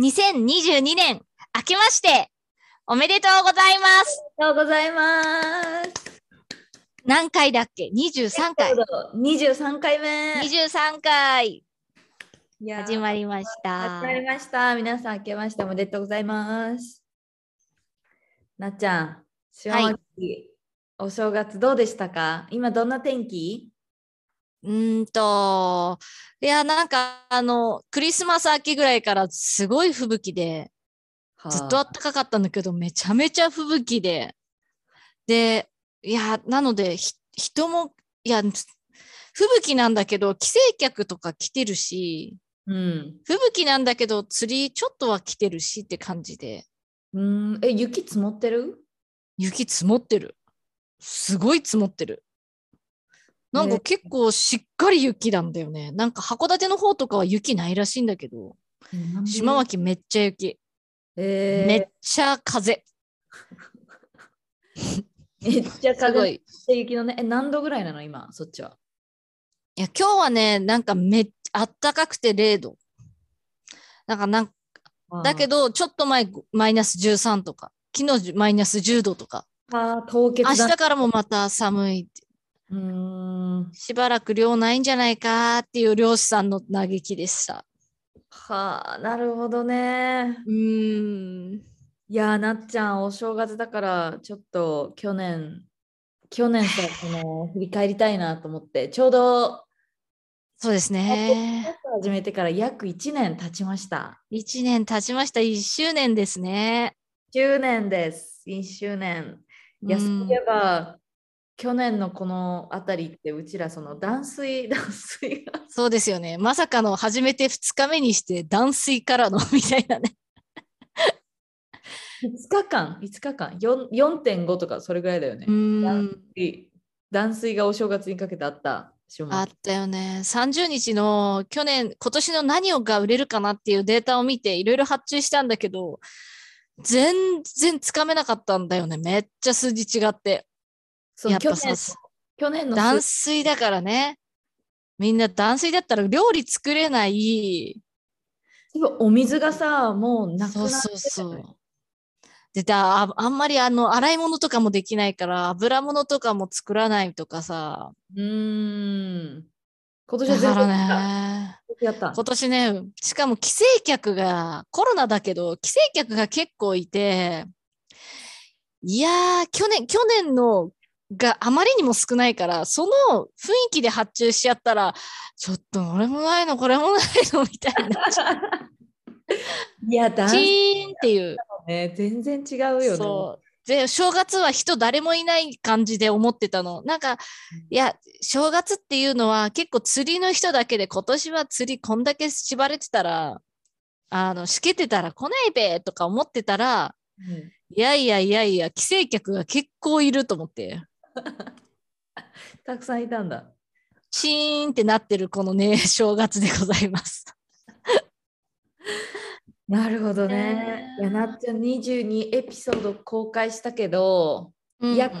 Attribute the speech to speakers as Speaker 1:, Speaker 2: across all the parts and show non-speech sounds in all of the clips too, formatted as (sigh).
Speaker 1: 2022年、明けまして、おめでとうございます。
Speaker 2: りがとうございます。
Speaker 1: 何回だっけ ?23 回。
Speaker 2: 二十三回目。
Speaker 1: 23回、
Speaker 2: いやー
Speaker 1: 始まりまし
Speaker 2: 始
Speaker 1: た
Speaker 2: ま。りました。皆さん明けましておめでとうございます。なっちゃん、正直、
Speaker 1: はい
Speaker 2: お正月どうでしたか。今どんな天気？
Speaker 1: うーんと、いや、なんか、あの、クリスマス明けぐらいからすごい吹雪で、ずっと
Speaker 2: は
Speaker 1: 暖かかったんだけど、めちゃめちゃ吹雪で。で、いや、なので、ひ人も、いや、吹雪なんだけど、帰省客とか来てるし、
Speaker 2: あ、うん。
Speaker 1: 吹雪なんだけど、釣りちょっとは来てるしって感じで、
Speaker 2: うん、え、雪積もってる。
Speaker 1: 雪積もってる。すごい積もってる。なんか
Speaker 2: ね
Speaker 1: 結構しっかり雪なんだよね。なんか函館の方とかは雪ないらしいんだけど、島
Speaker 2: は
Speaker 1: 脇めっちゃ雪。めっ
Speaker 2: え
Speaker 1: ちゃ風。
Speaker 2: ー、めっちゃ
Speaker 1: すご
Speaker 2: 風
Speaker 1: い。
Speaker 2: って雪のね、え、何度ぐらいなの今、そっちは。
Speaker 1: いや、今日はね、なんかめっあったかくて0度。なんかなんだけ
Speaker 2: ど、
Speaker 1: ど、ちょっと前、マイナス13とか、昨日マイナス10度とか、
Speaker 2: あー凍結
Speaker 1: 明
Speaker 2: だ。
Speaker 1: 日からもまた寒いって、
Speaker 2: うーん。
Speaker 1: しばらく量ないんじゃないかっていう漁師さんの嘆きでした。
Speaker 2: はあ、なるほどね。
Speaker 1: うーん。
Speaker 2: いやーなっちゃん、お正月だから、ちょっと去年、去年さ、その振り返りたいなと思って、ちょうど
Speaker 1: そうですね。
Speaker 2: 始めてから約1年経ちました。
Speaker 1: 1年経ちました。1周年ですね。
Speaker 2: 10年です、1周年。いや、
Speaker 1: う
Speaker 2: そ
Speaker 1: ん
Speaker 2: ういえば、去年のこのあたりって、うちらその断水、 (laughs) 断水が。
Speaker 1: そうですよね。まさかの初めて2日目にして断水からのみたいなね。
Speaker 2: 5日間、5日間、4 4.5とかそれぐらいだよね
Speaker 1: う。ーん。
Speaker 2: 断水がお正月にかけてあった週末。
Speaker 1: あったよね。30日の去年、今年の何をが売れるかなっていうデータを見て、いろいろ発注したんだけど、全然つかめなかったんだよね。めっちゃ数字違って。
Speaker 2: そう
Speaker 1: やっ
Speaker 2: 去
Speaker 1: ぱ
Speaker 2: 年
Speaker 1: さ、
Speaker 2: 去年の
Speaker 1: 断水だからね。みんな断水だったら料理作れない。
Speaker 2: すごいお水がさもうなくな
Speaker 1: そ
Speaker 2: っ
Speaker 1: う
Speaker 2: てた
Speaker 1: そう
Speaker 2: の
Speaker 1: そう。でだああんまりあの洗い物とかもできないから油物とかも作らないとかさ
Speaker 2: うーん今年は
Speaker 1: だ
Speaker 2: 全
Speaker 1: から
Speaker 2: 部やった
Speaker 1: ね
Speaker 2: やった
Speaker 1: 今年ね、しかも帰省客が、コロナだけど、帰省客が結構いて、いやー、去年、去年のがあまりにも少ないから、その雰囲気で発注しちゃったら、ちょっと俺もないの、これもないの、みたいな。
Speaker 2: いやだ
Speaker 1: チーンっていう。
Speaker 2: ね全然違うよね
Speaker 1: そう。で、正月は人誰もいない感じで思ってたの。なんか、いや、正月っていうのは結構釣りの人だけで、今年は釣りこんだけ縛れてたら、あの、しけてたら来ないべとか思ってたら、
Speaker 2: うん
Speaker 1: いやいやいやいや、帰省客が結構いると思って、
Speaker 2: たくさんいたんだ
Speaker 1: チーンってなってるこのね、 (laughs) 正月でございます。
Speaker 2: なるほどね
Speaker 1: ね
Speaker 2: いやなっちゃん22エピソード公開したけど、約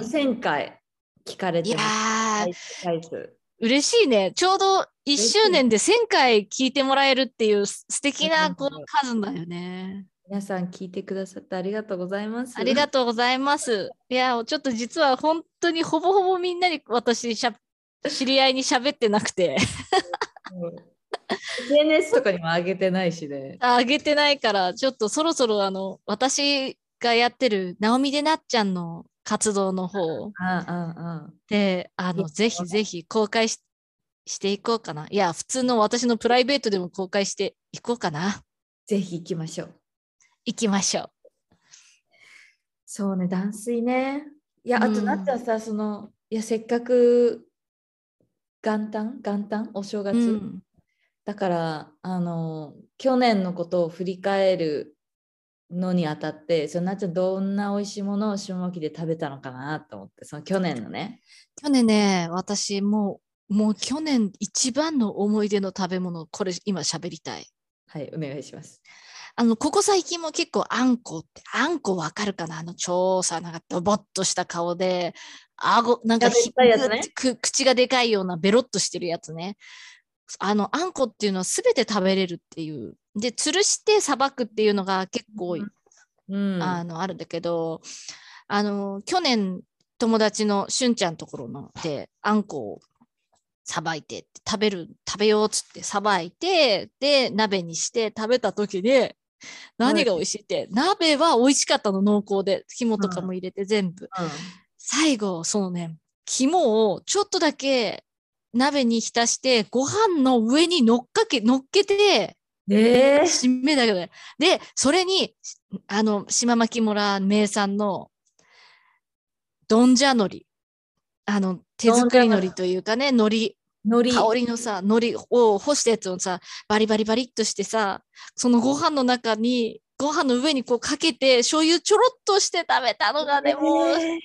Speaker 1: うん
Speaker 2: 1000回聞かれ
Speaker 1: い
Speaker 2: て
Speaker 1: や
Speaker 2: ます
Speaker 1: ー、
Speaker 2: 回数
Speaker 1: 嬉しいね。ちょうど1周年で1000回聞いてもらえるっていう素敵なこう数だよね。
Speaker 2: 皆さん聞いてくださってありがとうございます
Speaker 1: ありがとうございます。いや、ちょっと実は本当にほぼほぼみんなに私しゃ、知り合いに喋ってなくて、
Speaker 2: うん SNS とかにも上げてないしね
Speaker 1: ああげてないから、ちょっとそろそろあの、私がやってる、なおみでなっちゃんの活動の方
Speaker 2: ああああ
Speaker 1: で、あの、ぜひぜひ公開ししていこうかな。いや、普通の私のプライベートでも公開していこうかな。
Speaker 2: ぜひ行きましょう。
Speaker 1: 行きましょう。
Speaker 2: そうね、断水ね。いや、あ
Speaker 1: う
Speaker 2: と
Speaker 1: ん
Speaker 2: なっちゃんさ、その、いや、せっかく元旦、元旦、お正月、
Speaker 1: うん、
Speaker 2: だから、あの、去年のことを振り返るのにあたって、そのなっちゃん、どんな美味しいものを下巻で食べたのかなと思って、その去年のね。
Speaker 1: 去年ね、私もう、もう去年一番の思い出の食べ物、これ今喋りたい。
Speaker 2: はい、お願いします。
Speaker 1: あの、ここ最近も結構あんこって、あんこわかるかなあの、超さ、なんかドボっとした顔で、顎、なんか
Speaker 2: 口がでっかいやつね
Speaker 1: ひく口がでかいようなベロっとしてるやつね。あの、あんこっていうのは全て食べれるっていう。で、吊るしてさばくっていうのが結構、
Speaker 2: うん、
Speaker 1: あの、あるんだけど、あの、去年、友達のしゅんちゃんところので、あんこをさばいてって、食べる、食べようっつってさばいて、で、鍋にして食べた時で、何が美味しいって、鍋は美味しかったの、濃厚で。肝とかも入れて全部。最後、そのね、肝をちょっとだけ鍋に浸して、ご飯の上に乗っかけ、乗っけて、
Speaker 2: うん、えー、
Speaker 1: 締めだけどね。で、それに、あの、島牧村名産の、どんじゃ海苔。あの、手作り海苔というかね、海苔、
Speaker 2: 海苔
Speaker 1: 香りのさ、海苔を干したやつをさ、バリバリバリっとしてさ、そのご飯の中に、ご飯の上にこうかけて、醤油ちょろっとして食べたのがね、もう、
Speaker 2: えー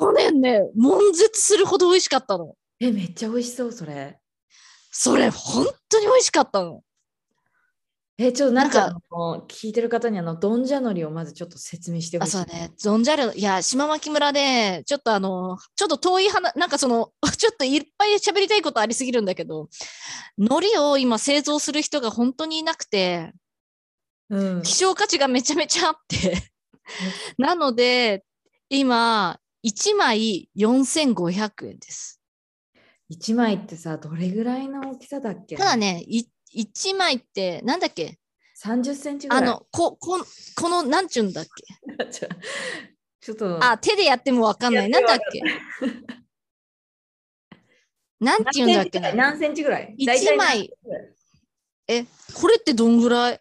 Speaker 1: 去年ね、悶絶するほど美味しかったの。
Speaker 2: えめっちゃ美味しそうそれ
Speaker 1: それ、本当に美味しかったの。
Speaker 2: えちょっとなんか
Speaker 1: なん
Speaker 2: あの聞いてる方にあのどんじゃのりをまずちょっと説明してほ
Speaker 1: あ、
Speaker 2: しい
Speaker 1: そうだね。ゾンジャル、いや、島牧村で、ちょっとあの、ちょっと遠い話、なんかその、 (laughs) ちょっといっぱい喋りたいことありすぎるんだけど、海苔を今製造する人が本当にいなくて、
Speaker 2: うん
Speaker 1: 希少価値がめちゃめちゃあって。 (laughs) なので、今、1枚4500円です。
Speaker 2: 一枚ってさどれぐらいの大きさだっけ
Speaker 1: ただね、1枚って、なんだっけ
Speaker 2: 30センチぐら
Speaker 1: あ
Speaker 2: い
Speaker 1: の、こ、こん、この、なんちゅうんだっけ
Speaker 2: (laughs) ちょちょっと
Speaker 1: あ、手でやってもわかんない。な
Speaker 2: やっ
Speaker 1: ん
Speaker 2: て
Speaker 1: だっけなんて言うんだっけな
Speaker 2: 何センチぐらい何センチぐらい
Speaker 1: 一枚。え、これってどんぐらい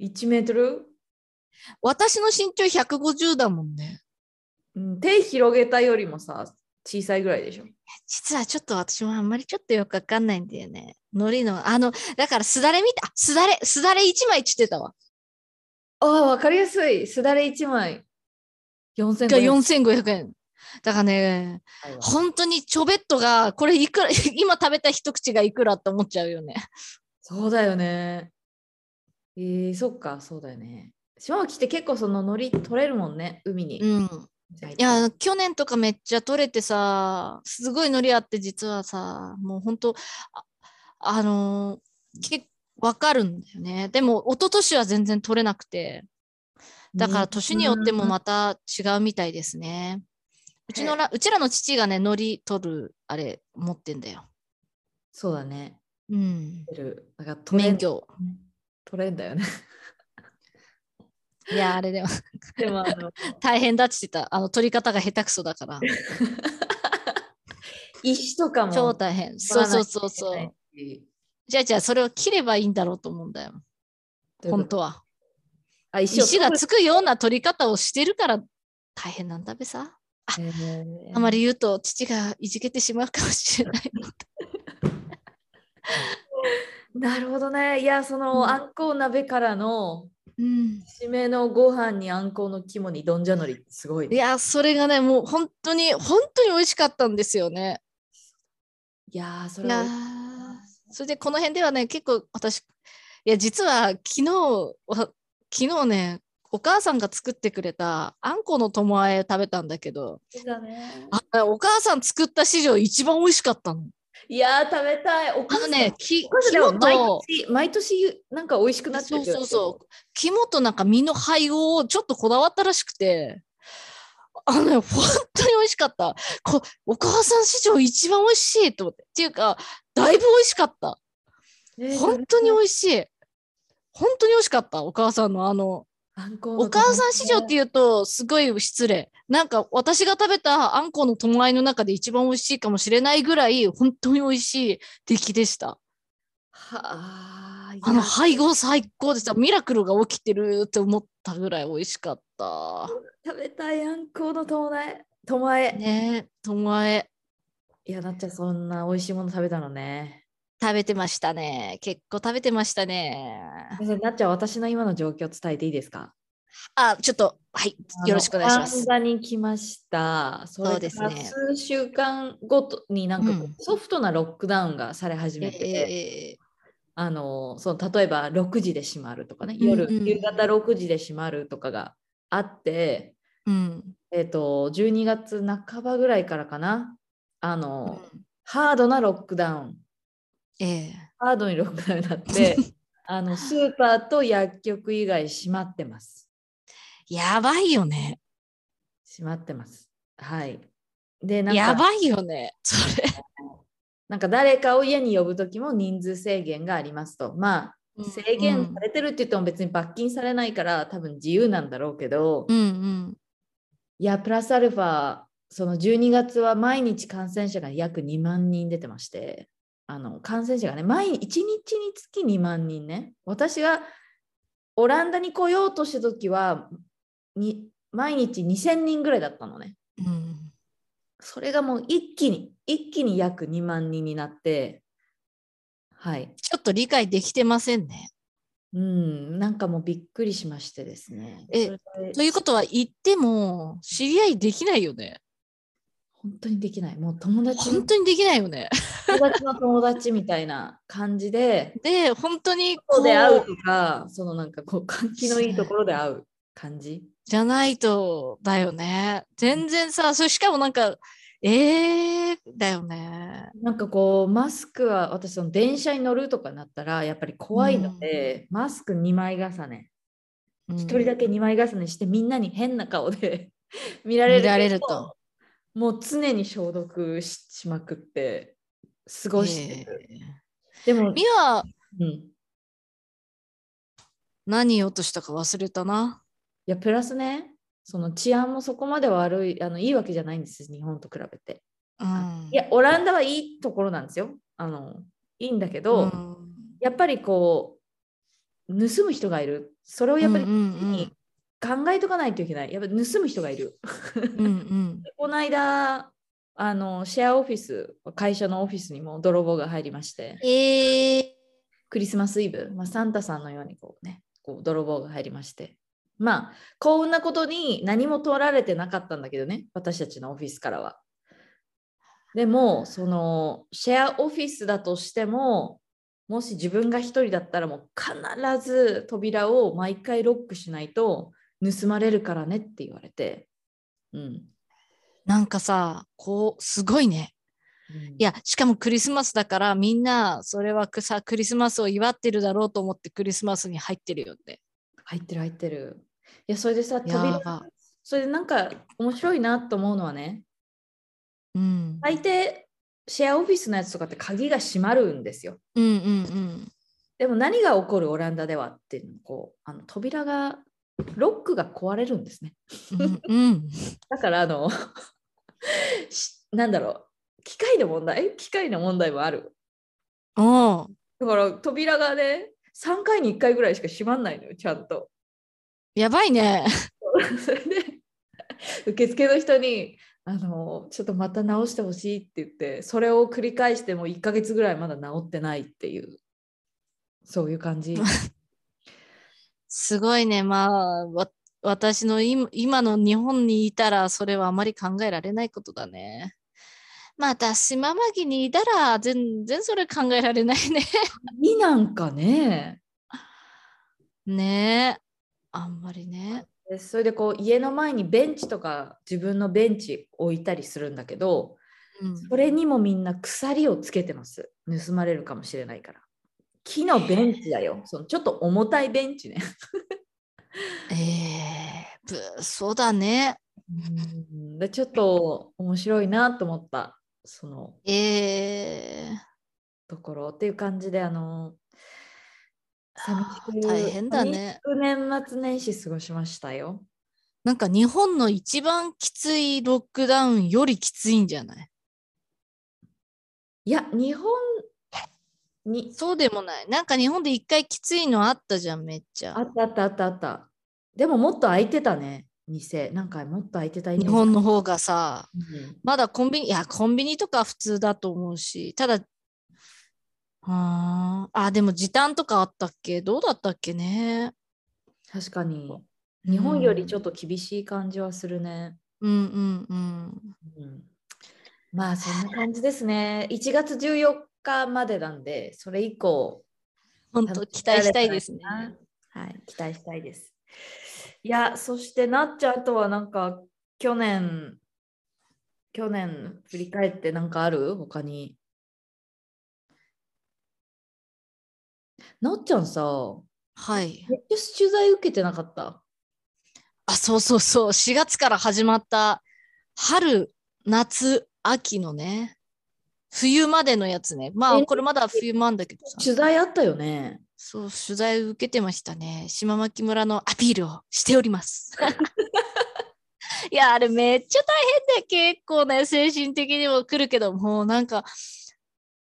Speaker 2: 1メートル、
Speaker 1: 私の身長150だもんね。
Speaker 2: うん、手広げたよりもさ小さいぐらいでしょ
Speaker 1: 実はちょっと私もあんまりちょっとよくわかんないんだよね。海苔の、あの、だからすだれ見た、あすだれ、すだれ1枚ちってたわ。
Speaker 2: ああわかりやすいすだれ1枚4500
Speaker 1: が4500円。だからね、本当にちょべっとが、これいくら、 (laughs) 今食べた一口がいくらって思っちゃうよね。
Speaker 2: そうだよねえー、そっかそうだよね島沖って結構その海苔取れるもんね海に、
Speaker 1: う
Speaker 2: い
Speaker 1: ん。いや、去年とかめっちゃ取れてさ、すごいノリあって、実はさ、もう本当、ああのー、結わかるんだよね。でも、一昨年は全然取れなくて、だから年によってもまた違うみたいですね。うちのら、うちらの父がね、ノリ取る、あれ、持ってんだよ。
Speaker 2: そうだね
Speaker 1: うん。
Speaker 2: 取れるだから取れ
Speaker 1: 免
Speaker 2: ん
Speaker 1: 許。
Speaker 2: 取れんだよね
Speaker 1: いや、あれで
Speaker 2: (laughs)
Speaker 1: も
Speaker 2: でもあの
Speaker 1: 大変だって言ってた。あの、取り方が下手くそだから。
Speaker 2: 石とかも
Speaker 1: 超大変。そうそうそう
Speaker 2: 取ら
Speaker 1: そう
Speaker 2: ない。といけないし
Speaker 1: じゃあじゃあ、それを切ればいいんだろうと思うんだよ。
Speaker 2: どういうこ
Speaker 1: 本
Speaker 2: と
Speaker 1: 当は。
Speaker 2: あ石を
Speaker 1: 石がつくような取り方をしてるから大変なんだべさ。
Speaker 2: 取る
Speaker 1: あまり言うと父がいじけてしまうかもしれない。
Speaker 2: なるほどねいやその、
Speaker 1: うん
Speaker 2: あんこう鍋からの
Speaker 1: うん、
Speaker 2: 締めのご飯にあんこうの肝にどんじゃのりってすごいね、
Speaker 1: いや、それがね、もう本当に、本当に美味しかったんですよね。
Speaker 2: いやーそ
Speaker 1: い
Speaker 2: れは
Speaker 1: やーそれでこの辺ではね、結構私、いや、実は昨日、わ昨日ね、お母さんが作ってくれたあんこの友和え食べたんだけど、
Speaker 2: 美味しいだね
Speaker 1: あお母さん作った史上一番美味しかったの。
Speaker 2: いやー食べたいお
Speaker 1: あ
Speaker 2: か
Speaker 1: のね、き
Speaker 2: お菓子でも
Speaker 1: 肝
Speaker 2: 毎
Speaker 1: と、
Speaker 2: 年毎年なんか美味しくなって
Speaker 1: そう
Speaker 2: る
Speaker 1: そうそう。肝となんか身の配合をちょっとこだわったらしくて、あのね、本当に美味しかった。こお母さん史上一番美味しいと思って。っていうか、だいぶ美味しかった。
Speaker 2: う、ね
Speaker 1: 本当に美味しい。本当に美味しかった。お母さんのあの、
Speaker 2: あんこうの
Speaker 1: お母さん史上って
Speaker 2: う
Speaker 1: 言うとすごい失礼。なんか私が食べたあんこの友愛の中で一番美味しいかもしれないぐらい、本当に美味しい出来でした。
Speaker 2: はあいや
Speaker 1: あの配合最高でした。ミラクルが起きてるって思ったぐらい美味しかった。
Speaker 2: 食べたいあんこうの友え友え、
Speaker 1: ねえ、友え
Speaker 2: いやなっちゃんそんな美味しいもの食べたのね
Speaker 1: 食べてましたね。結構食べてましたね。
Speaker 2: 先生なっちゃん私の今の状況伝えていいですか
Speaker 1: あ、ちょっと、はい、 (laughs) よろしくお願いしま
Speaker 2: オラン
Speaker 1: す。
Speaker 2: ダに来ました。そ
Speaker 1: そう
Speaker 2: れ
Speaker 1: です
Speaker 2: から
Speaker 1: ね
Speaker 2: 数週間ごとになんかこう
Speaker 1: うん
Speaker 2: ソフトなロックダウンがされ始
Speaker 1: え
Speaker 2: め
Speaker 1: え
Speaker 2: て、あのその例えば6時で閉まるとかね、
Speaker 1: うんうん
Speaker 2: 夜夕方6時で閉まるとかがあって、
Speaker 1: うん。
Speaker 2: えっと12月半ばぐらいからかなあ
Speaker 1: う
Speaker 2: の、
Speaker 1: ん
Speaker 2: ハードなロックダウン
Speaker 1: ええ。
Speaker 2: ハードにロックダウンになって
Speaker 1: (laughs)
Speaker 2: あのスーパーと薬局以外閉まってます
Speaker 1: やばいよね。
Speaker 2: 閉まってますはいでなんか
Speaker 1: やばいよね。それ。
Speaker 2: なんか誰かを家に呼ぶ時も人数制限がありますとまあ制限されてるって言っても別に罰金されないから多分自由なんだろうけど、
Speaker 1: うんうん。
Speaker 2: いやプラスアルファその12月は毎日感染者が約2万人出てましてあの感染者がね毎日1日につき2万人ね私がオランダに来ようとした時はに毎日2000人ぐらいだったのね
Speaker 1: うんうん。
Speaker 2: それがもう一気に一気に約2万人になってはい
Speaker 1: ちょっと理解できてませんね。
Speaker 2: うんなんかもうびっくりしましてですね
Speaker 1: え
Speaker 2: それで
Speaker 1: ということは言っても知り合いできないよね。
Speaker 2: 本当にできないもう友達の
Speaker 1: 本当にできないよね。
Speaker 2: 友達の友達みたいな感じで
Speaker 1: で、本当に
Speaker 2: こ
Speaker 1: こ
Speaker 2: こで会う
Speaker 1: う
Speaker 2: とか、そのなんかこう、換気のいいところで会う感じ。
Speaker 1: じゃないとだよね。全然さ、それしかもなんか、えー、だよね。
Speaker 2: なんかこう、マスクは、私、その電車に乗るとかになったら、やっぱり怖いので、マスク2枚重ね、
Speaker 1: 一
Speaker 2: 1人だけ2枚重ねして、みんなに変な顔で (laughs) 見られる
Speaker 1: 見
Speaker 2: けど
Speaker 1: られると。。
Speaker 2: もう常に消毒ししまくって、過ごしてる。
Speaker 1: え
Speaker 2: でも
Speaker 1: ー、ミは
Speaker 2: うん、い
Speaker 1: 何言おうとしたか忘れたな。
Speaker 2: や、プラスね、その治安もそこまで悪い、あのいいわけじゃないんです、日本と比べて。
Speaker 1: うん、
Speaker 2: いや、オランダはいいところなんですよ。あのいいんだけど、
Speaker 1: うん
Speaker 2: やっぱりこう盗む人がいる。それをやっぱり
Speaker 1: うんうん
Speaker 2: 考えとかないといけない。やっぱり盗む人がいる。
Speaker 1: うんうんうん
Speaker 2: この間あのシェアオフィス会社のオフィスにも泥棒が入りまして
Speaker 1: (laughs) えー、
Speaker 2: クリスマスイブ、まあ、サンタさんのようにこうねこう泥棒が入りましてまあ幸運なことに何も取られてなかったんだけどね私たちのオフィスからは。でもそのシェアオフィスだとしてももし自分が一人だったらもう必ず扉を毎回ロックしないと盗まれるからねって言われて。うん、
Speaker 1: なんかさ、こう、すごいね。いや、しかもクリスマスだから、みんな、それはくさ、クリスマスを祝ってるだろうと思ってクリスマスに入ってるよね。
Speaker 2: 入ってる入ってる。いやそれでさ
Speaker 1: や
Speaker 2: 扉
Speaker 1: ば。
Speaker 2: それでなんか面白いなと思うのはね
Speaker 1: うん。
Speaker 2: 大抵シェアオフィスのやつとかって鍵が閉まるんですよ。
Speaker 1: うんうん
Speaker 2: でも何が起こるオランダではっていうのこうあの扉がロックが壊れるんですね。
Speaker 1: うん。うん (laughs) うん。
Speaker 2: だからあの (laughs) しなんだろう機械の問題機械の問題もある。
Speaker 1: おう
Speaker 2: だから扉がね3回に1回ぐらいしか閉まんないのよちゃんと。
Speaker 1: やばいね。
Speaker 2: (laughs) それで受付の人にあのちょっとまた直してほしいって言ってそれを繰り返してもう1ヶ月ぐらいまだ直ってないっていうそういう感 (laughs) じ。
Speaker 1: すごいね。まあ、わ私の今今の日本にいたら、それはあまり考えられないことだね。まあ、私、ママギにいたら、全然それ考えられないね。
Speaker 2: になんかね
Speaker 1: ねえ。 (laughs) あんまりね。
Speaker 2: でそれでこう家の前にベンチとか自分のベンチ置いたりするんだけど
Speaker 1: うん
Speaker 2: それにもみんな鎖をつけてます盗まれるかもしれないから木のベンチだよそのちょっと重たいベンチね
Speaker 1: ええぶそうだね。
Speaker 2: うん (laughs) でちょっと面白いなと思ったその
Speaker 1: ええ
Speaker 2: ところっていう感じであの寂しく
Speaker 1: 大変だね
Speaker 2: 寂しく年末年始過ごしましたよ
Speaker 1: なんか日本の一番きついロックダウンよりきついんじゃない
Speaker 2: いや日本に
Speaker 1: そうでもない。なんか日本で一回きついのあったじゃん、めっち
Speaker 2: あ
Speaker 1: ゃ。
Speaker 2: ったあったあったあったでももっと空いてたね店なんかもっと空いてたイメー
Speaker 1: 日
Speaker 2: ジ
Speaker 1: 本の方がさ、
Speaker 2: うん
Speaker 1: まだコンビニ、いや、コンビニとか普通だと思うし、ただ、うーんあ、でも時短とかあったっけどうだったっけね。
Speaker 2: 確かに日本よりち
Speaker 1: ょっ
Speaker 2: ょっと厳しい感じはするね、
Speaker 1: と。うんうんうん。
Speaker 2: うんまあそんな感じですね1月14日までなんでそれ以降
Speaker 1: 本当期待したいですね。
Speaker 2: はい、期待したいです。いや、そしてなっちゃんとはなんか去年、去年振り返ってなんかある他に。なっちゃんさ、
Speaker 1: はい。
Speaker 2: めっちゃ取材受けてなかった。
Speaker 1: あ、そうそうそう。4月から始まった春、夏、秋のね、冬までのやつね。まあ、これまだ冬もあんだけどさ。
Speaker 2: 取材あったよね。
Speaker 1: そう、取材受けてましたね。島牧村のアピールをしており
Speaker 2: (laughs)
Speaker 1: ます。いや、あれめっちゃ大変だよ。結構ね、精神的にも来るけど、もうなんか、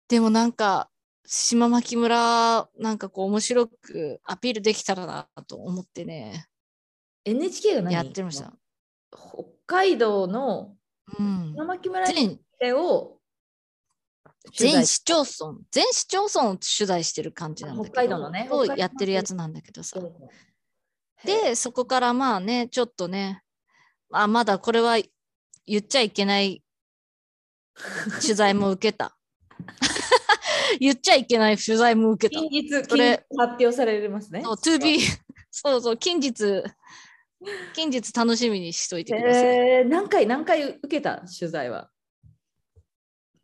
Speaker 1: でもなんか、島牧村、なんかこう面白くアピールできたらなと思ってね、
Speaker 2: NHK が何
Speaker 1: やってました。。
Speaker 2: 北海道の
Speaker 1: うん。
Speaker 2: 山巻村
Speaker 1: 全
Speaker 2: を取材
Speaker 1: 全市町村、全市町村を取材してる感じなんだけど、
Speaker 2: 北海道のね
Speaker 1: を
Speaker 2: 北海道の
Speaker 1: やってるやつなんだけどさ。
Speaker 2: へえ
Speaker 1: で、そこからまあね、ちょっとね、あまだこれは言っちゃいけ
Speaker 2: (laughs)
Speaker 1: ない取材も受けた。 (laughs) 言っちゃいけない取材も受けた
Speaker 2: 近。日近
Speaker 1: それ
Speaker 2: 日発表されますね。
Speaker 1: そう、to be、そう (laughs) そう、近日、近日楽しみにしといてください。
Speaker 2: えー、何回何回受けた取材は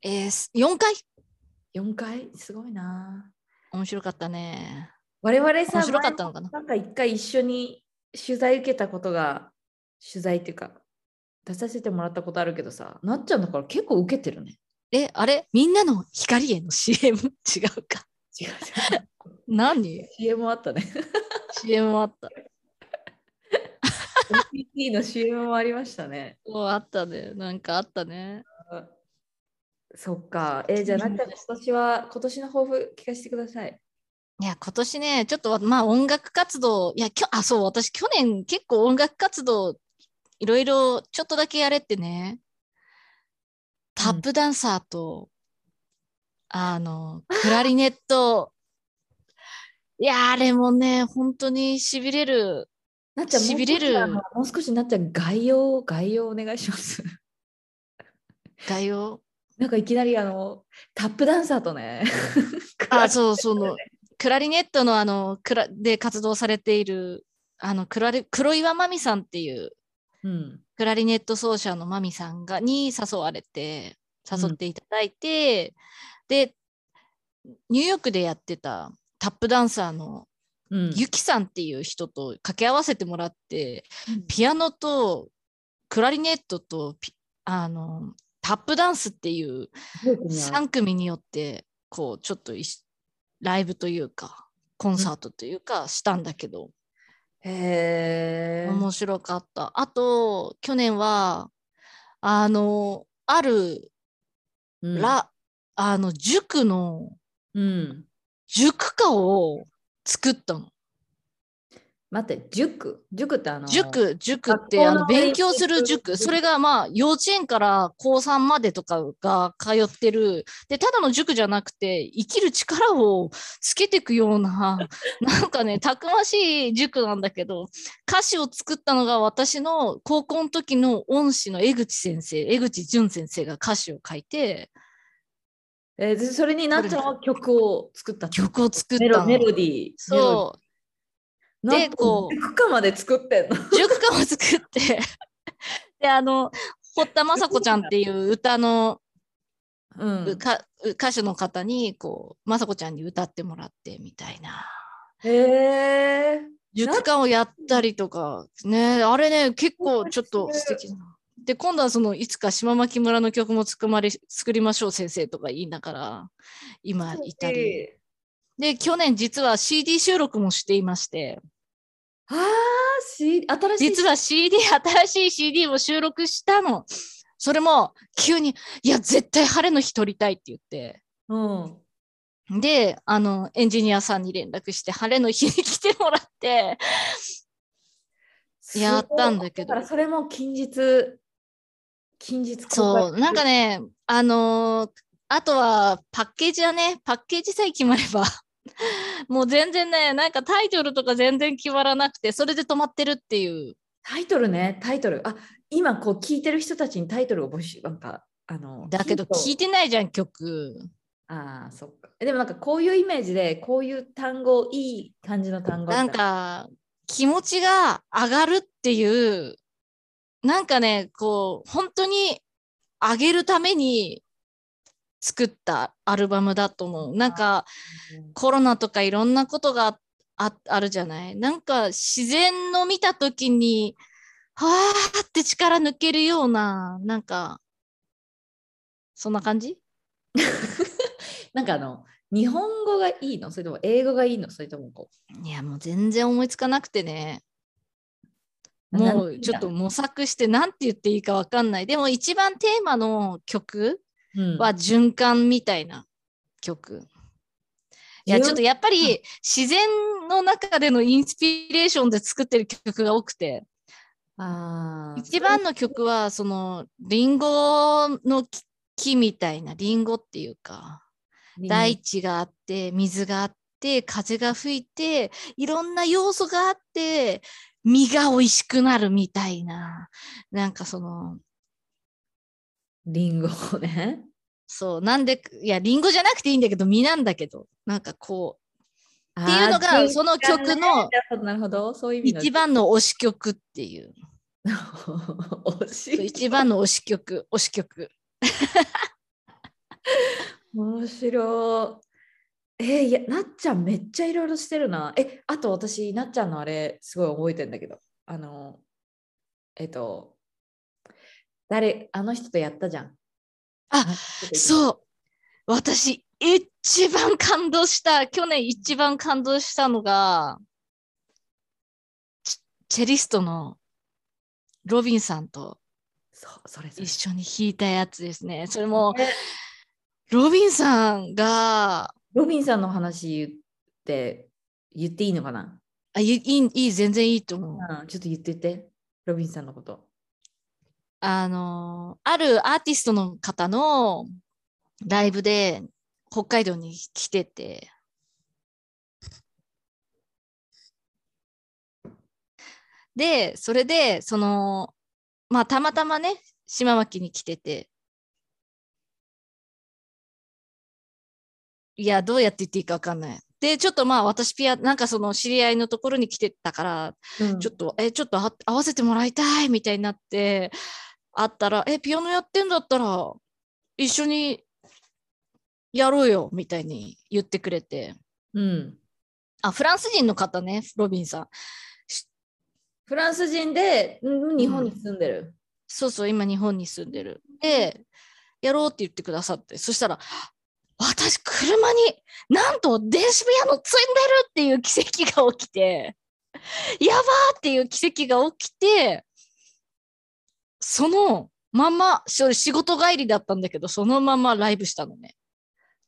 Speaker 1: えーす4回
Speaker 2: 4回すごいな
Speaker 1: 面白かったね。
Speaker 2: 我々さ
Speaker 1: 面白かったのかな
Speaker 2: 前なんか一回一緒に取材受けたことが取材っていうか出させてもらったことあるけどさなっちゃんだから結構受けて
Speaker 1: (laughs)
Speaker 2: るね
Speaker 1: え、あれみんなの光への CM? 違うか。
Speaker 2: 違う違う
Speaker 1: 何
Speaker 2: CM あったね
Speaker 1: ?CM あった。
Speaker 2: NTT の CM もありましたね
Speaker 1: おあったね。なんかあったね。
Speaker 2: そっかえー、じゃあなっちゃん今年は今年の抱負聞かせてください
Speaker 1: いや、今年ね、ちょっとまあ音楽活動、いや、きょあ、そう、私去年結構音楽活動、いろいろちょっとだけやれってね、タップダンサーと、あの、クラリネット、いや、あれもね、本当に痺れる。
Speaker 2: なっちゃん
Speaker 1: しびれる
Speaker 2: もう少しあのもう少しなっちゃん概要を概要をお願いします
Speaker 1: 概要。
Speaker 2: なんかいきなりあのタップダンサーとね
Speaker 1: あ、そう、その、クラリネットのあの、クラ、で活動されている、あの、クラリ、黒岩真美さんっていう、
Speaker 2: (laughs) うん
Speaker 1: クラリネット奏者のマミさんがに誘われて誘っていただいて、でニューヨークでやってたタップダンサーの
Speaker 2: うん
Speaker 1: ユキさんっていう人と掛け合わせてもらって、
Speaker 2: うん
Speaker 1: ピアノとクラリネットとピあのタップダンスっていう3組によってこうちょっといしライブというかコンサートというかしたんだけど、
Speaker 2: へえ。
Speaker 1: 面白かった。あと、去年は、あの、ある、
Speaker 2: うん
Speaker 1: ら、あの、塾の、
Speaker 2: うん。
Speaker 1: 塾歌を作ったの。
Speaker 2: 待って、塾。塾ってあの。
Speaker 1: 塾、塾っ
Speaker 2: 学校
Speaker 1: て、
Speaker 2: の
Speaker 1: あの、勉強
Speaker 2: 勉強
Speaker 1: する塾。それが、まあ、幼稚園から高3までとかが通ってる。で、ただの塾じゃなくて、生きる力をつけていくよう
Speaker 2: (laughs)
Speaker 1: な、なんかね、たくましい塾なんだけど、歌詞を作ったのが私の高校の時の恩師の江口先生、江口淳先生が歌詞を書いて、
Speaker 2: えーでそれになっちゃんは曲を作ったの。
Speaker 1: 曲を作っ
Speaker 2: メ
Speaker 1: た
Speaker 2: ロ
Speaker 1: の。
Speaker 2: メロディー。
Speaker 1: そう。
Speaker 2: メロディー。
Speaker 1: でこう
Speaker 2: う。塾かまで作ってんの。
Speaker 1: 10歌を作って (laughs) であの堀田雅子ちゃんっていう歌の、
Speaker 2: うん。
Speaker 1: か歌手の方にこう雅子ちゃんに歌ってもらってみたいな
Speaker 2: へえ。
Speaker 1: 10歌をやったりとかねあれね結構ちょっと素敵だな。で今度はそのいつか島牧村の曲も作まれ作りましょう先生とか言いながら今いたりで去年実は CD 収録もしていまして
Speaker 2: ああ、し、新しい。
Speaker 1: 実は CD 新しい CD を収録したのそれも急に「いや絶対晴れの日撮りたい」って言って
Speaker 2: うん。
Speaker 1: であのエンジニアさんに連絡して晴れの日に来てもらって (laughs) やったんだけど
Speaker 2: すごいからそれも近日。近日公開
Speaker 1: そうなんか。ねあのーあとはパッケージだねパッケージさえ決まれば (laughs) もう全然ねなんかタイトルとか全然決まらなくてそれで止まってるっていう
Speaker 2: タイトルね、タイトル。あ、今こう聞いてる人たちにタイトルを募集、なんか。あの。
Speaker 1: だけど
Speaker 2: ヒントを
Speaker 1: 聞いてないじゃん曲
Speaker 2: ああ、そっか。えでもなんかこういうイメージで、こういう単語、いい感じの単語
Speaker 1: なんか気持ちが上がるっていうなんかねこう本当に上げるために作ったアルバムだと思う。なんかコロナとかいろんなことがああるじゃない。なんか自然の見た時に、はーって力抜けるような、なんか、そんな感じ
Speaker 2: なんかあの日本語がいいのそれとも英語がいいのそれともこ
Speaker 1: いや、もう全然思いつかなくてね。
Speaker 2: うなん
Speaker 1: もうちょっと、模索して何て言っていいかわかんない。でも一番テーマの曲
Speaker 2: うん、
Speaker 1: は循環みたいな曲。いや、
Speaker 2: 循
Speaker 1: ちょっとやっぱり自然の中でのインスピレーションで作ってる曲が多くて、
Speaker 2: あー
Speaker 1: 一番の曲はそのリンゴの木木みたいなリンゴっていうか、大地があって水があって風が吹いていろんな要素があって実が美味しくなるみたいななんかその
Speaker 2: リンゴをね
Speaker 1: そうなんでいやリンゴじゃなくていいんだけど実なんだけどなんかこ
Speaker 2: っ
Speaker 1: う (laughs) っていうのがその曲の
Speaker 2: なるほどそういう意味の (laughs)
Speaker 1: 一番の推し曲っていう
Speaker 2: 惜しい
Speaker 1: 一番の推し曲推し曲
Speaker 2: 面白い。えーいやなっちゃんめっちゃいろいろしてるな。えあと私なっちゃんのあれすごい覚えてんだけどあのえっと誰あの人とやったじゃん。
Speaker 1: あ
Speaker 2: う
Speaker 1: そう私一番感動した去年一番感動したのがチチェリストのロビンさんと
Speaker 2: そうそれそれ
Speaker 1: 一緒に弾いたやつですね。それも
Speaker 2: え
Speaker 1: ロビンさんがあ
Speaker 2: ロビンさんの話言って言っていいのかな、
Speaker 1: いいいいい全然いいと思う。
Speaker 2: うん、ちょっと言っててロビンさんのこと。
Speaker 1: あのあるアーティストの方のライブで北海道に来ててでそれでそのまあたまたまね島巻に来てていやどうやって言っていいか分かんないでちょっとまあ私ピアなんかその知り合いのところに来てたからちょっと、え、ちょっとあ合わせてもらいたいみたいになって、あったら、え、ピアノやってんだったら、一緒にやろうよみたいに言ってくれて、
Speaker 2: うん、
Speaker 1: あ、フランス人の方ね、ロビンさん。
Speaker 2: フランス人でうん日本に住んでる。
Speaker 1: そうそう、今日本に住んでる。で、やろうって言ってくださって、そしたら、私、車になんと電子ピアノ積んでるっていう奇跡が起きて、やばーっていう奇跡が起きて、そのまま、し仕事帰りだったんだけど、そのままライブしたのね。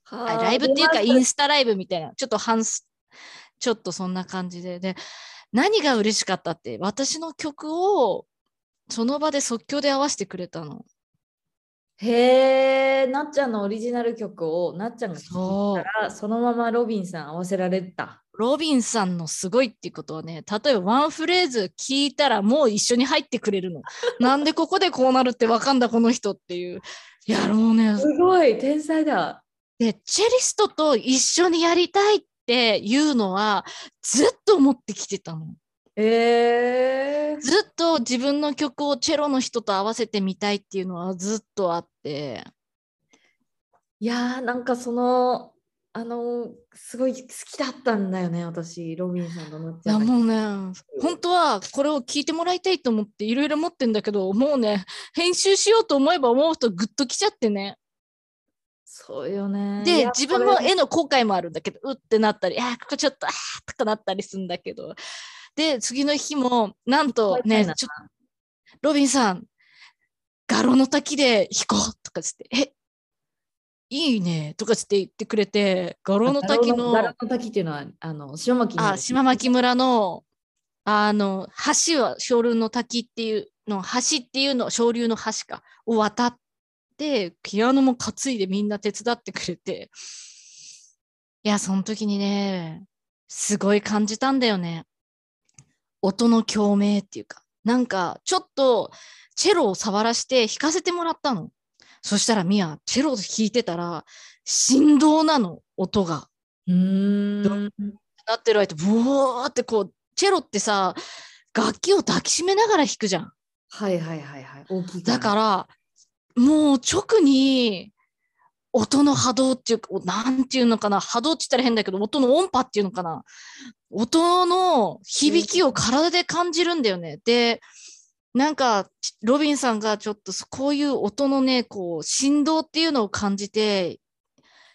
Speaker 2: は
Speaker 1: あ
Speaker 2: あ
Speaker 1: ライブっていうか、イ
Speaker 2: 出まし
Speaker 1: ンスタライブみたいな、ちょっと半す、ちょっとそんな感じで。で、何が嬉しかったって、私の曲を、その場で即興で合わせてくれたの。
Speaker 2: へえ、なっちゃんのオリジナル曲をなっちゃんが聴
Speaker 1: そ
Speaker 2: いたらそのままロビンさん合わせられた。
Speaker 1: う。ロビンさんのすごいっていうことはね、例えばワンフレーズ聞いたらもう一緒に入ってくれるの。なんでここでこうなるってわかんだこの人っていう。いやろうね。
Speaker 2: すごい天才だ。
Speaker 1: で、チェリストと一緒にやりたいっていうのはずっと思ってきてたの。
Speaker 2: えー、
Speaker 1: ずっと自分の曲をチェロの人と合わせてみたいっていうのはずっとあって。
Speaker 2: いやーなんかそのあのすごい好きだったんだよね私ロビンさんとなっ
Speaker 1: い
Speaker 2: ちゃ
Speaker 1: や
Speaker 2: んの。
Speaker 1: もうね、本当はこれを聞いてもらいたいと思っていろいろ持ってんだけど、もうね、編集しようと思えば思うとグッときちゃってね。
Speaker 2: そうよね。い
Speaker 1: で
Speaker 2: や、
Speaker 1: 自分
Speaker 2: こ
Speaker 1: の
Speaker 2: れ
Speaker 1: 絵の後悔もあるんだけど、うってなったり、あーここちょっと、あーとかなったりするんだけど。で、次の日も、なんと
Speaker 2: こういう
Speaker 1: ね
Speaker 2: のな、
Speaker 1: ちょロビンさん、画廊の滝で弾こうとかつって、え、いいねとかつって言ってくれて、画廊の滝の、
Speaker 2: ガラの滝っていうのはあの島巻
Speaker 1: あ、島巻村の、あの、橋は、小流の滝っていうの、橋っていうの、小流の橋か、を渡って、ピアノも担いでみんな手伝ってくれて、いや、その時にね、すごい感じたんだよね。音の共鳴っていうか、なんか、ちょっと、チェロを触らせて弾かせてもらったの。そしたらミア、チェロ弾いてたら、振動なの、音が。
Speaker 2: うーん
Speaker 1: なってる間ブワーってこうチェロってさ楽器を抱きしめながら弾くじゃん
Speaker 2: はいはいはいはい大きい
Speaker 1: だからもう直に音の波動っていうか、おなんていうのかな、波動って言ったら変だけど、音の音波っていうのかな、音の響きを体で感じるんだよね。で、なんか、ちロビンさんがちょっとそこういう音のね、こう、振動っていうのを感じて、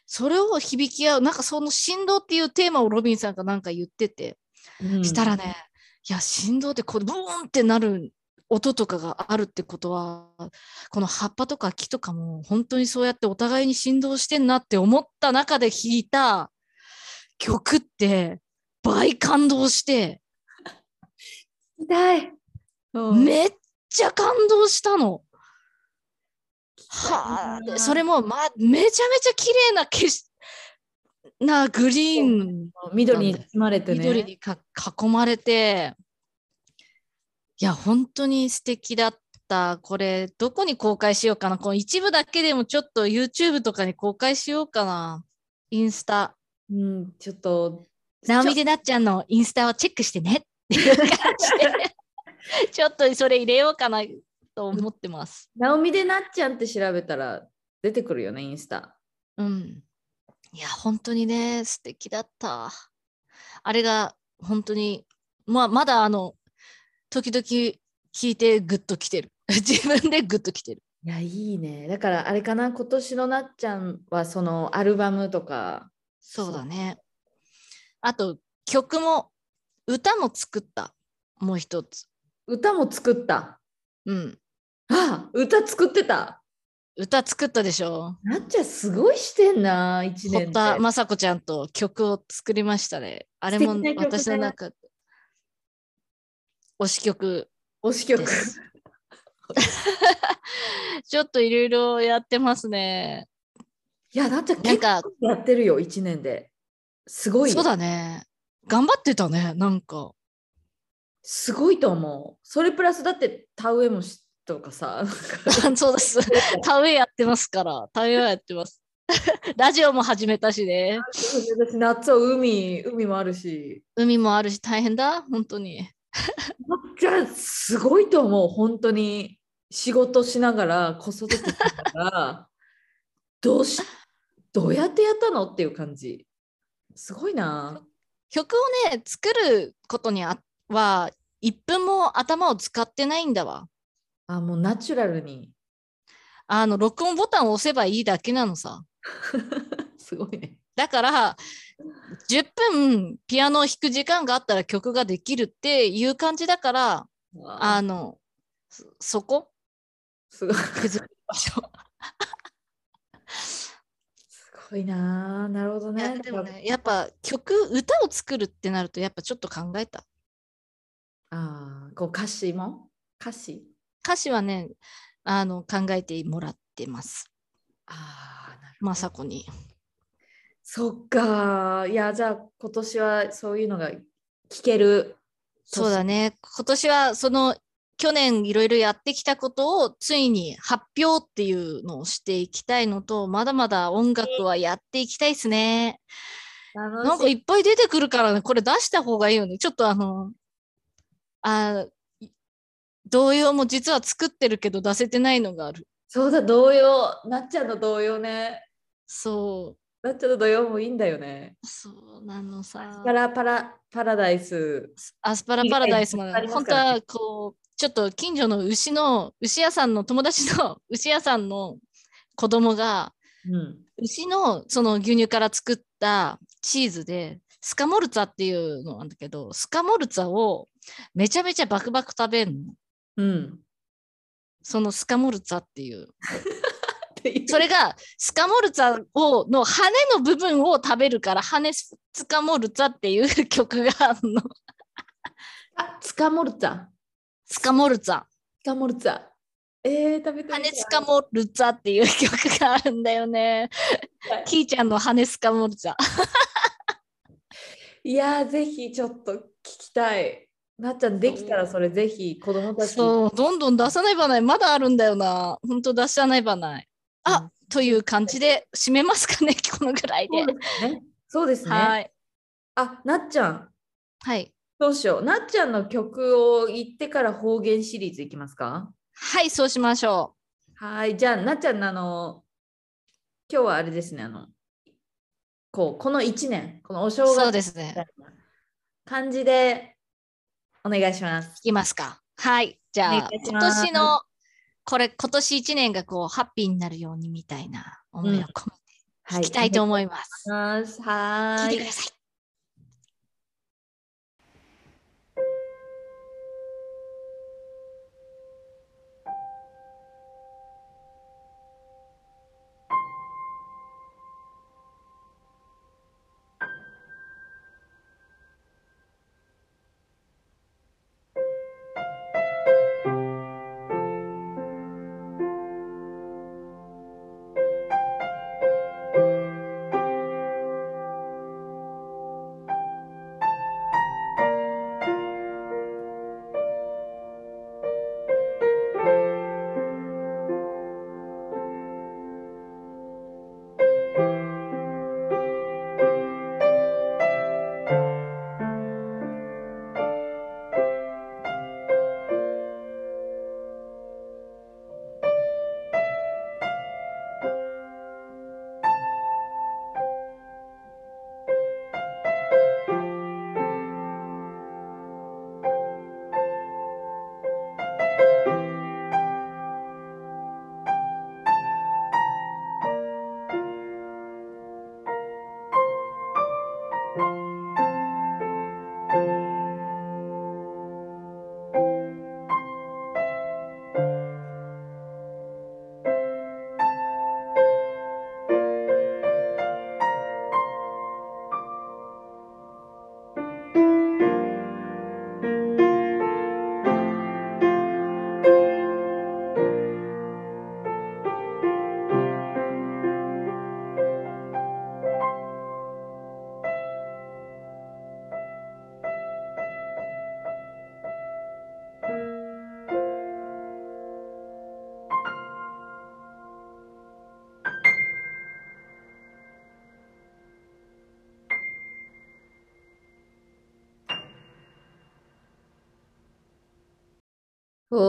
Speaker 1: それを響き合う、なんかその振動っていうテーマをロビンさんがなんか言ってて、
Speaker 2: うん
Speaker 1: したらね、いや、振動ってこう、ブーンってなる音とかがあるってことは、この葉っぱとか木とかも本当にそうやってお互いに振動してんなって思った中で弾いた曲って倍感動して、
Speaker 2: 痛い。うん
Speaker 1: めっちゃ感動したの。はあ、
Speaker 2: う
Speaker 1: で
Speaker 2: ん
Speaker 1: それも、ま、めちゃめちゃ綺麗な景色なグリーン
Speaker 2: 緑に包まれてね。
Speaker 1: 緑にか囲まれていや本当に素敵だったこれどこに公開しようかなこの一部だけでもちょっと YouTube とかに公開しようかなインスタ
Speaker 2: うん、ちょっと。
Speaker 1: ナオミ
Speaker 2: ちょ
Speaker 1: でなっちゃんのインスタをチェックしてねっていう感じで (laughs) ちょっとそれ入れようかなと思ってます
Speaker 2: ナオミでなっちゃんって調べたら出てくるよね、インスタ。
Speaker 1: うんいや本当にね素敵だったあれが本当にまあまだあの時々聞いてグッときてる (laughs) 自分でグッときてる
Speaker 2: いや、いいね。だからあれかな、今年のなっちゃんはそのアルバムとか。
Speaker 1: そうだねあと曲も歌も作ったもう一つ
Speaker 2: 歌も作った。
Speaker 1: うん
Speaker 2: あ歌作ってた。
Speaker 1: 歌作ったでしょ
Speaker 2: なっちゃんすごいしてんな、一年
Speaker 1: 堀
Speaker 2: で。
Speaker 1: 田雅子ちゃんと曲を作りましたねあれも
Speaker 2: 素敵な曲だ
Speaker 1: 私の中で推し曲
Speaker 2: 推し曲
Speaker 1: で。す。 (laughs) ちょっといろいろやってますね。
Speaker 2: いや、なっちゃん
Speaker 1: なん
Speaker 2: 結構
Speaker 1: か、
Speaker 2: やってるよ、一年で。すごいよ。
Speaker 1: そうだね。頑張ってたね、なんか。 (laughs)
Speaker 2: すごいと思う。それプラスだって田植えもしとかさ。なんか
Speaker 1: そうです。田植えやってますから、田植えはやってます。 (laughs) ラジオも始めたしね。
Speaker 2: (laughs) 私夏は海、海もあるし。
Speaker 1: 海もあるし大変だ、本当に。
Speaker 2: なっちゃんすごいと思う、本当に。仕事しながら、子育てしながら、
Speaker 1: (laughs)
Speaker 2: どうし、どうやってやったのっていう感じ。すごいな。
Speaker 1: 曲をね、作ることにあは、一分も頭を使ってないんだわ。
Speaker 2: あ、もうナチュラルに。
Speaker 1: あの、録音ボタンを押せばいいだけなのさ。
Speaker 2: すごいね。
Speaker 1: だから10分ピアノを弾く時間があったら曲ができるっていう感じだからあ
Speaker 2: あ
Speaker 1: のそそこ
Speaker 2: すごい。
Speaker 1: 削る場所
Speaker 2: すごいな。なるほど
Speaker 1: いや
Speaker 2: ね。
Speaker 1: でも (laughs) ねやっぱ曲歌を作るってなるとやっぱちょっと考えた
Speaker 2: あーこう歌詞も歌詞
Speaker 1: 歌詞はねあの考えてもらってます
Speaker 2: ああ、なるほど。
Speaker 1: 雅子に
Speaker 2: そっか。いや、じゃあ今年はそういうのが聞ける。
Speaker 1: そうだね今年はその去年いろいろやってきたことをついに発表っていうのをしていきたいのとまだまだ音楽はやっていきたいですね。
Speaker 2: 楽しい。
Speaker 1: なんかいっぱい出てくるからね、これ出した方がいいよね。ちょっとあの、あーい童謡も実は作ってるけど出せてないのがある。
Speaker 2: そうだ、童謡。なっちゃんの童謡ね。
Speaker 1: そ
Speaker 2: なっちゃんの童謡もいいんだよね。
Speaker 1: う、そうなのさ
Speaker 2: パ。ラパラパラダイス。
Speaker 1: アスパラパラダイスも
Speaker 2: いっぱいありま
Speaker 1: 本
Speaker 2: す
Speaker 1: 当
Speaker 2: からね
Speaker 1: はこう、ちょっと近所の牛の、牛屋さんの友達の牛屋さんの子供が、
Speaker 2: うん。
Speaker 1: 牛のその牛乳から作ったチーズでスカモルツァっていうのなんだけどスカモルツァをめちゃめちゃバクバク食べんの
Speaker 2: うん。
Speaker 1: そのスカモルツァっていう
Speaker 2: っていう
Speaker 1: それがスカモルツァをの羽の部分を食べるから羽スカモルツァっていう (laughs) 曲があるの
Speaker 2: あ、つかもるツァ。
Speaker 1: スカモルツァ
Speaker 2: つかもるツァ。えー、食べたい
Speaker 1: 羽スカモルツァっていう曲があるんだよね
Speaker 2: はい
Speaker 1: キーちゃんの羽スカモルツァ
Speaker 2: いやー、ぜひちょっと聞きたい。なっちゃん、できたらそれぜひ子供たちに
Speaker 1: そうどんどん出さないばないまだあるんだよなほんと出さないばないあ、という感じで締めますかね (laughs) このぐらいで
Speaker 2: そうですね。そうですね。
Speaker 1: はい
Speaker 2: あ、なっちゃん、
Speaker 1: はい
Speaker 2: どうしよう。なっちゃんの曲を言ってから方言シリーズいきますか
Speaker 1: はいそうしましょう
Speaker 2: はい。じゃあ、なっちゃんのあの、今日はあれですね、あの、こう、この1年、このお正月
Speaker 1: そうですね
Speaker 2: みた。いな感じでお願いします。
Speaker 1: いきますか。はい。じゃ
Speaker 2: お
Speaker 1: あ
Speaker 2: 願、いし
Speaker 1: 今
Speaker 2: ます
Speaker 1: 年の、これ、今年1年がこう、ハッピーになるようにみたいな思いを込め
Speaker 2: は
Speaker 1: ていきたいと思います。
Speaker 2: 思います。は
Speaker 1: 聞い
Speaker 2: ー
Speaker 1: て
Speaker 2: い
Speaker 1: く。ださい。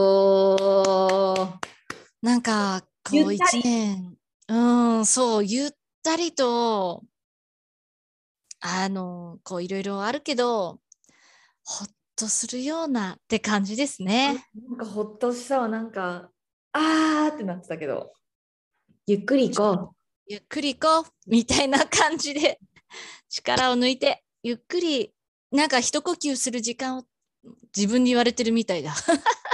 Speaker 2: おー
Speaker 1: なんか、こ
Speaker 2: ゆ
Speaker 1: う、
Speaker 2: っ
Speaker 1: 1
Speaker 2: たり
Speaker 1: 年、うん、そう、ゆったりと、あの、こう、いろいろあるけど、ほっとするようなって感じですね。
Speaker 2: なんかほっとしたわ、なんか、あーってなってたけど、ゆっくり行こ
Speaker 1: ゆっくり行こう、みたいな感じで、力を抜いて、ゆっくり、なんか一呼吸する時間を自分に言われてるみたいだ。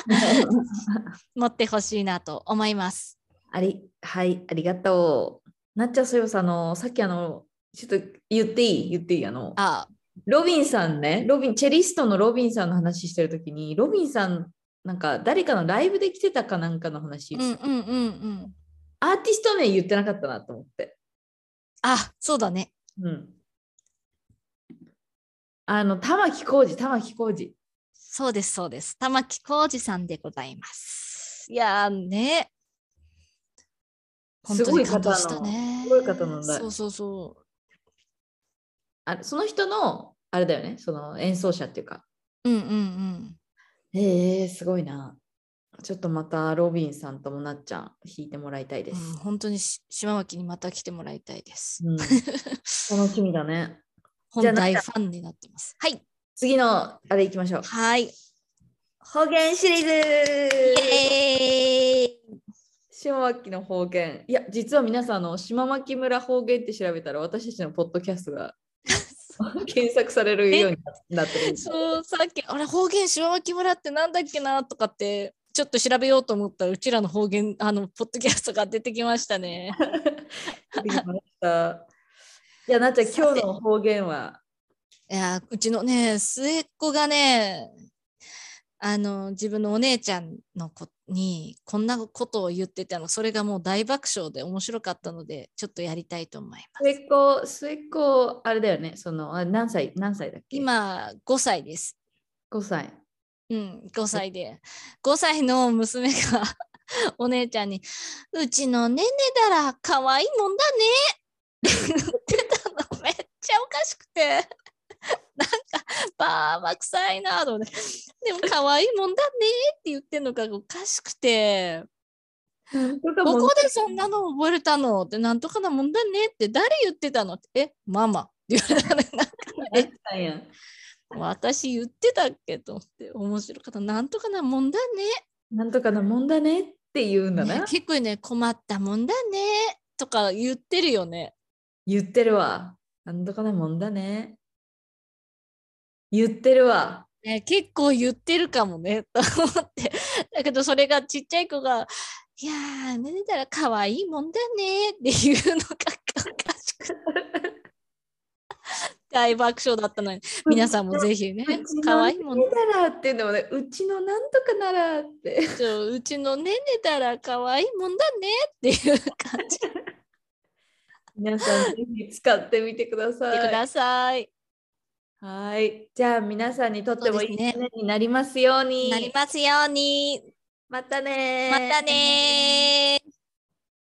Speaker 2: う。
Speaker 1: 持ってほしいなと思います。
Speaker 2: (laughs) ありはい、ありがとう。なっちゃん、そういえばさ、あの、さっきあの、ちょっと言っていい言っていいあの、
Speaker 1: あ、
Speaker 2: ロビンさんね、ロビン、チェリストのロビンさんの話してるときに、ロビンさん、なんか誰かのライブで来てたかなんかの話、
Speaker 1: うんうんうんうん。
Speaker 2: アーティスト名言ってなかったなと思って。
Speaker 1: あ、そうだね。
Speaker 2: うん。あの、玉置浩二、玉置浩二。
Speaker 1: そうです、そうです。玉置浩二さんでございます。いやーね。本
Speaker 2: す
Speaker 1: 当
Speaker 2: ご
Speaker 1: に
Speaker 2: い方
Speaker 1: 感
Speaker 2: の
Speaker 1: 動したね。
Speaker 2: すごい方なんだ
Speaker 1: そうそうそ
Speaker 2: あその人の、あれだよね、その演奏者っていうか。
Speaker 1: う。うんうんうん。
Speaker 2: えー、すごいな。ちょっとまたロビンさんともなっちゃん弾いてもらいたいで
Speaker 1: うん
Speaker 2: す。
Speaker 1: 本当にし島脇にまた来てもらいたいです。
Speaker 2: (laughs) うん、楽しみだね。
Speaker 1: 本
Speaker 2: じゃあ
Speaker 1: 大
Speaker 2: な
Speaker 1: フ
Speaker 2: ん
Speaker 1: ァンになってます。はい。
Speaker 2: 次のあれいきましょう。
Speaker 1: はい。
Speaker 2: 方言シリーズ
Speaker 1: イエーイ
Speaker 2: 島脇の方言。いや、実は皆さん、あの島脇村方言って調べたら、私たちのポッドキャスト (laughs) が検索されるようになってるんです。
Speaker 1: そう、さっき、あれ、方言、島脇村ってなんだっけなとかって、ちょっと調べようと思ったら、うちらの方言、あの、ポッドキャストが出てきましたね。
Speaker 2: 出てきましたいや、なっちゃん、今日の方言は。
Speaker 1: (laughs) いやー、うちのね、末っ子がね、あの、自分のお姉ちゃんの子に、こんなことを言ってたの、それがもう大爆笑で面白かったので、ちょっとやりたいと思います。
Speaker 2: 末っ子、末っ子、あれだよね、その、あ何歳、何歳だっけ
Speaker 1: 今、5歳です。
Speaker 2: 5歳。
Speaker 1: うん、5歳で。5歳の娘がお姉ちゃんに、うちのねねだら可愛いもんだねって言ってたの、めっちゃおかしくて。なんか、ばあば臭いなと思って。でも可愛いもんだねって言ってんのがおかしくて。ここでそんなの覚えたのってなんとかなもんだねって誰言ってたのってえママって言われたねなんか
Speaker 2: できたんや。
Speaker 1: 私言ってたっけと思って面白かったなんとかなもんだね
Speaker 2: なんとかなもんだねって言うんだ
Speaker 1: ね
Speaker 2: (laughs) な。
Speaker 1: 結構ね困ったもんだねとか言ってるよね
Speaker 2: 言ってるわ。なんとかなもんだね。言ってるわ。
Speaker 1: ね結構言ってるかもね (laughs) と思ってだけどそれがちっちゃい子が「いやー寝てたら可愛いもんだね」っていうのがおかしくて
Speaker 2: (laughs)
Speaker 1: 大爆笑だったのに皆さんもぜひね
Speaker 2: うちの
Speaker 1: 可愛いもんね
Speaker 2: 寝たらっていうのもね、うちのなんとかならって。
Speaker 1: (laughs) ちょうちのね寝たら可愛いもんだねっていう感じで
Speaker 2: 皆さんぜひ使ってみてください。
Speaker 1: くださ
Speaker 2: (laughs)
Speaker 1: い。
Speaker 2: はい。じゃあ皆さんにとってもいい
Speaker 1: そうで
Speaker 2: 一
Speaker 1: す
Speaker 2: 年になりますように。
Speaker 1: なりますように。
Speaker 2: またね
Speaker 1: またねー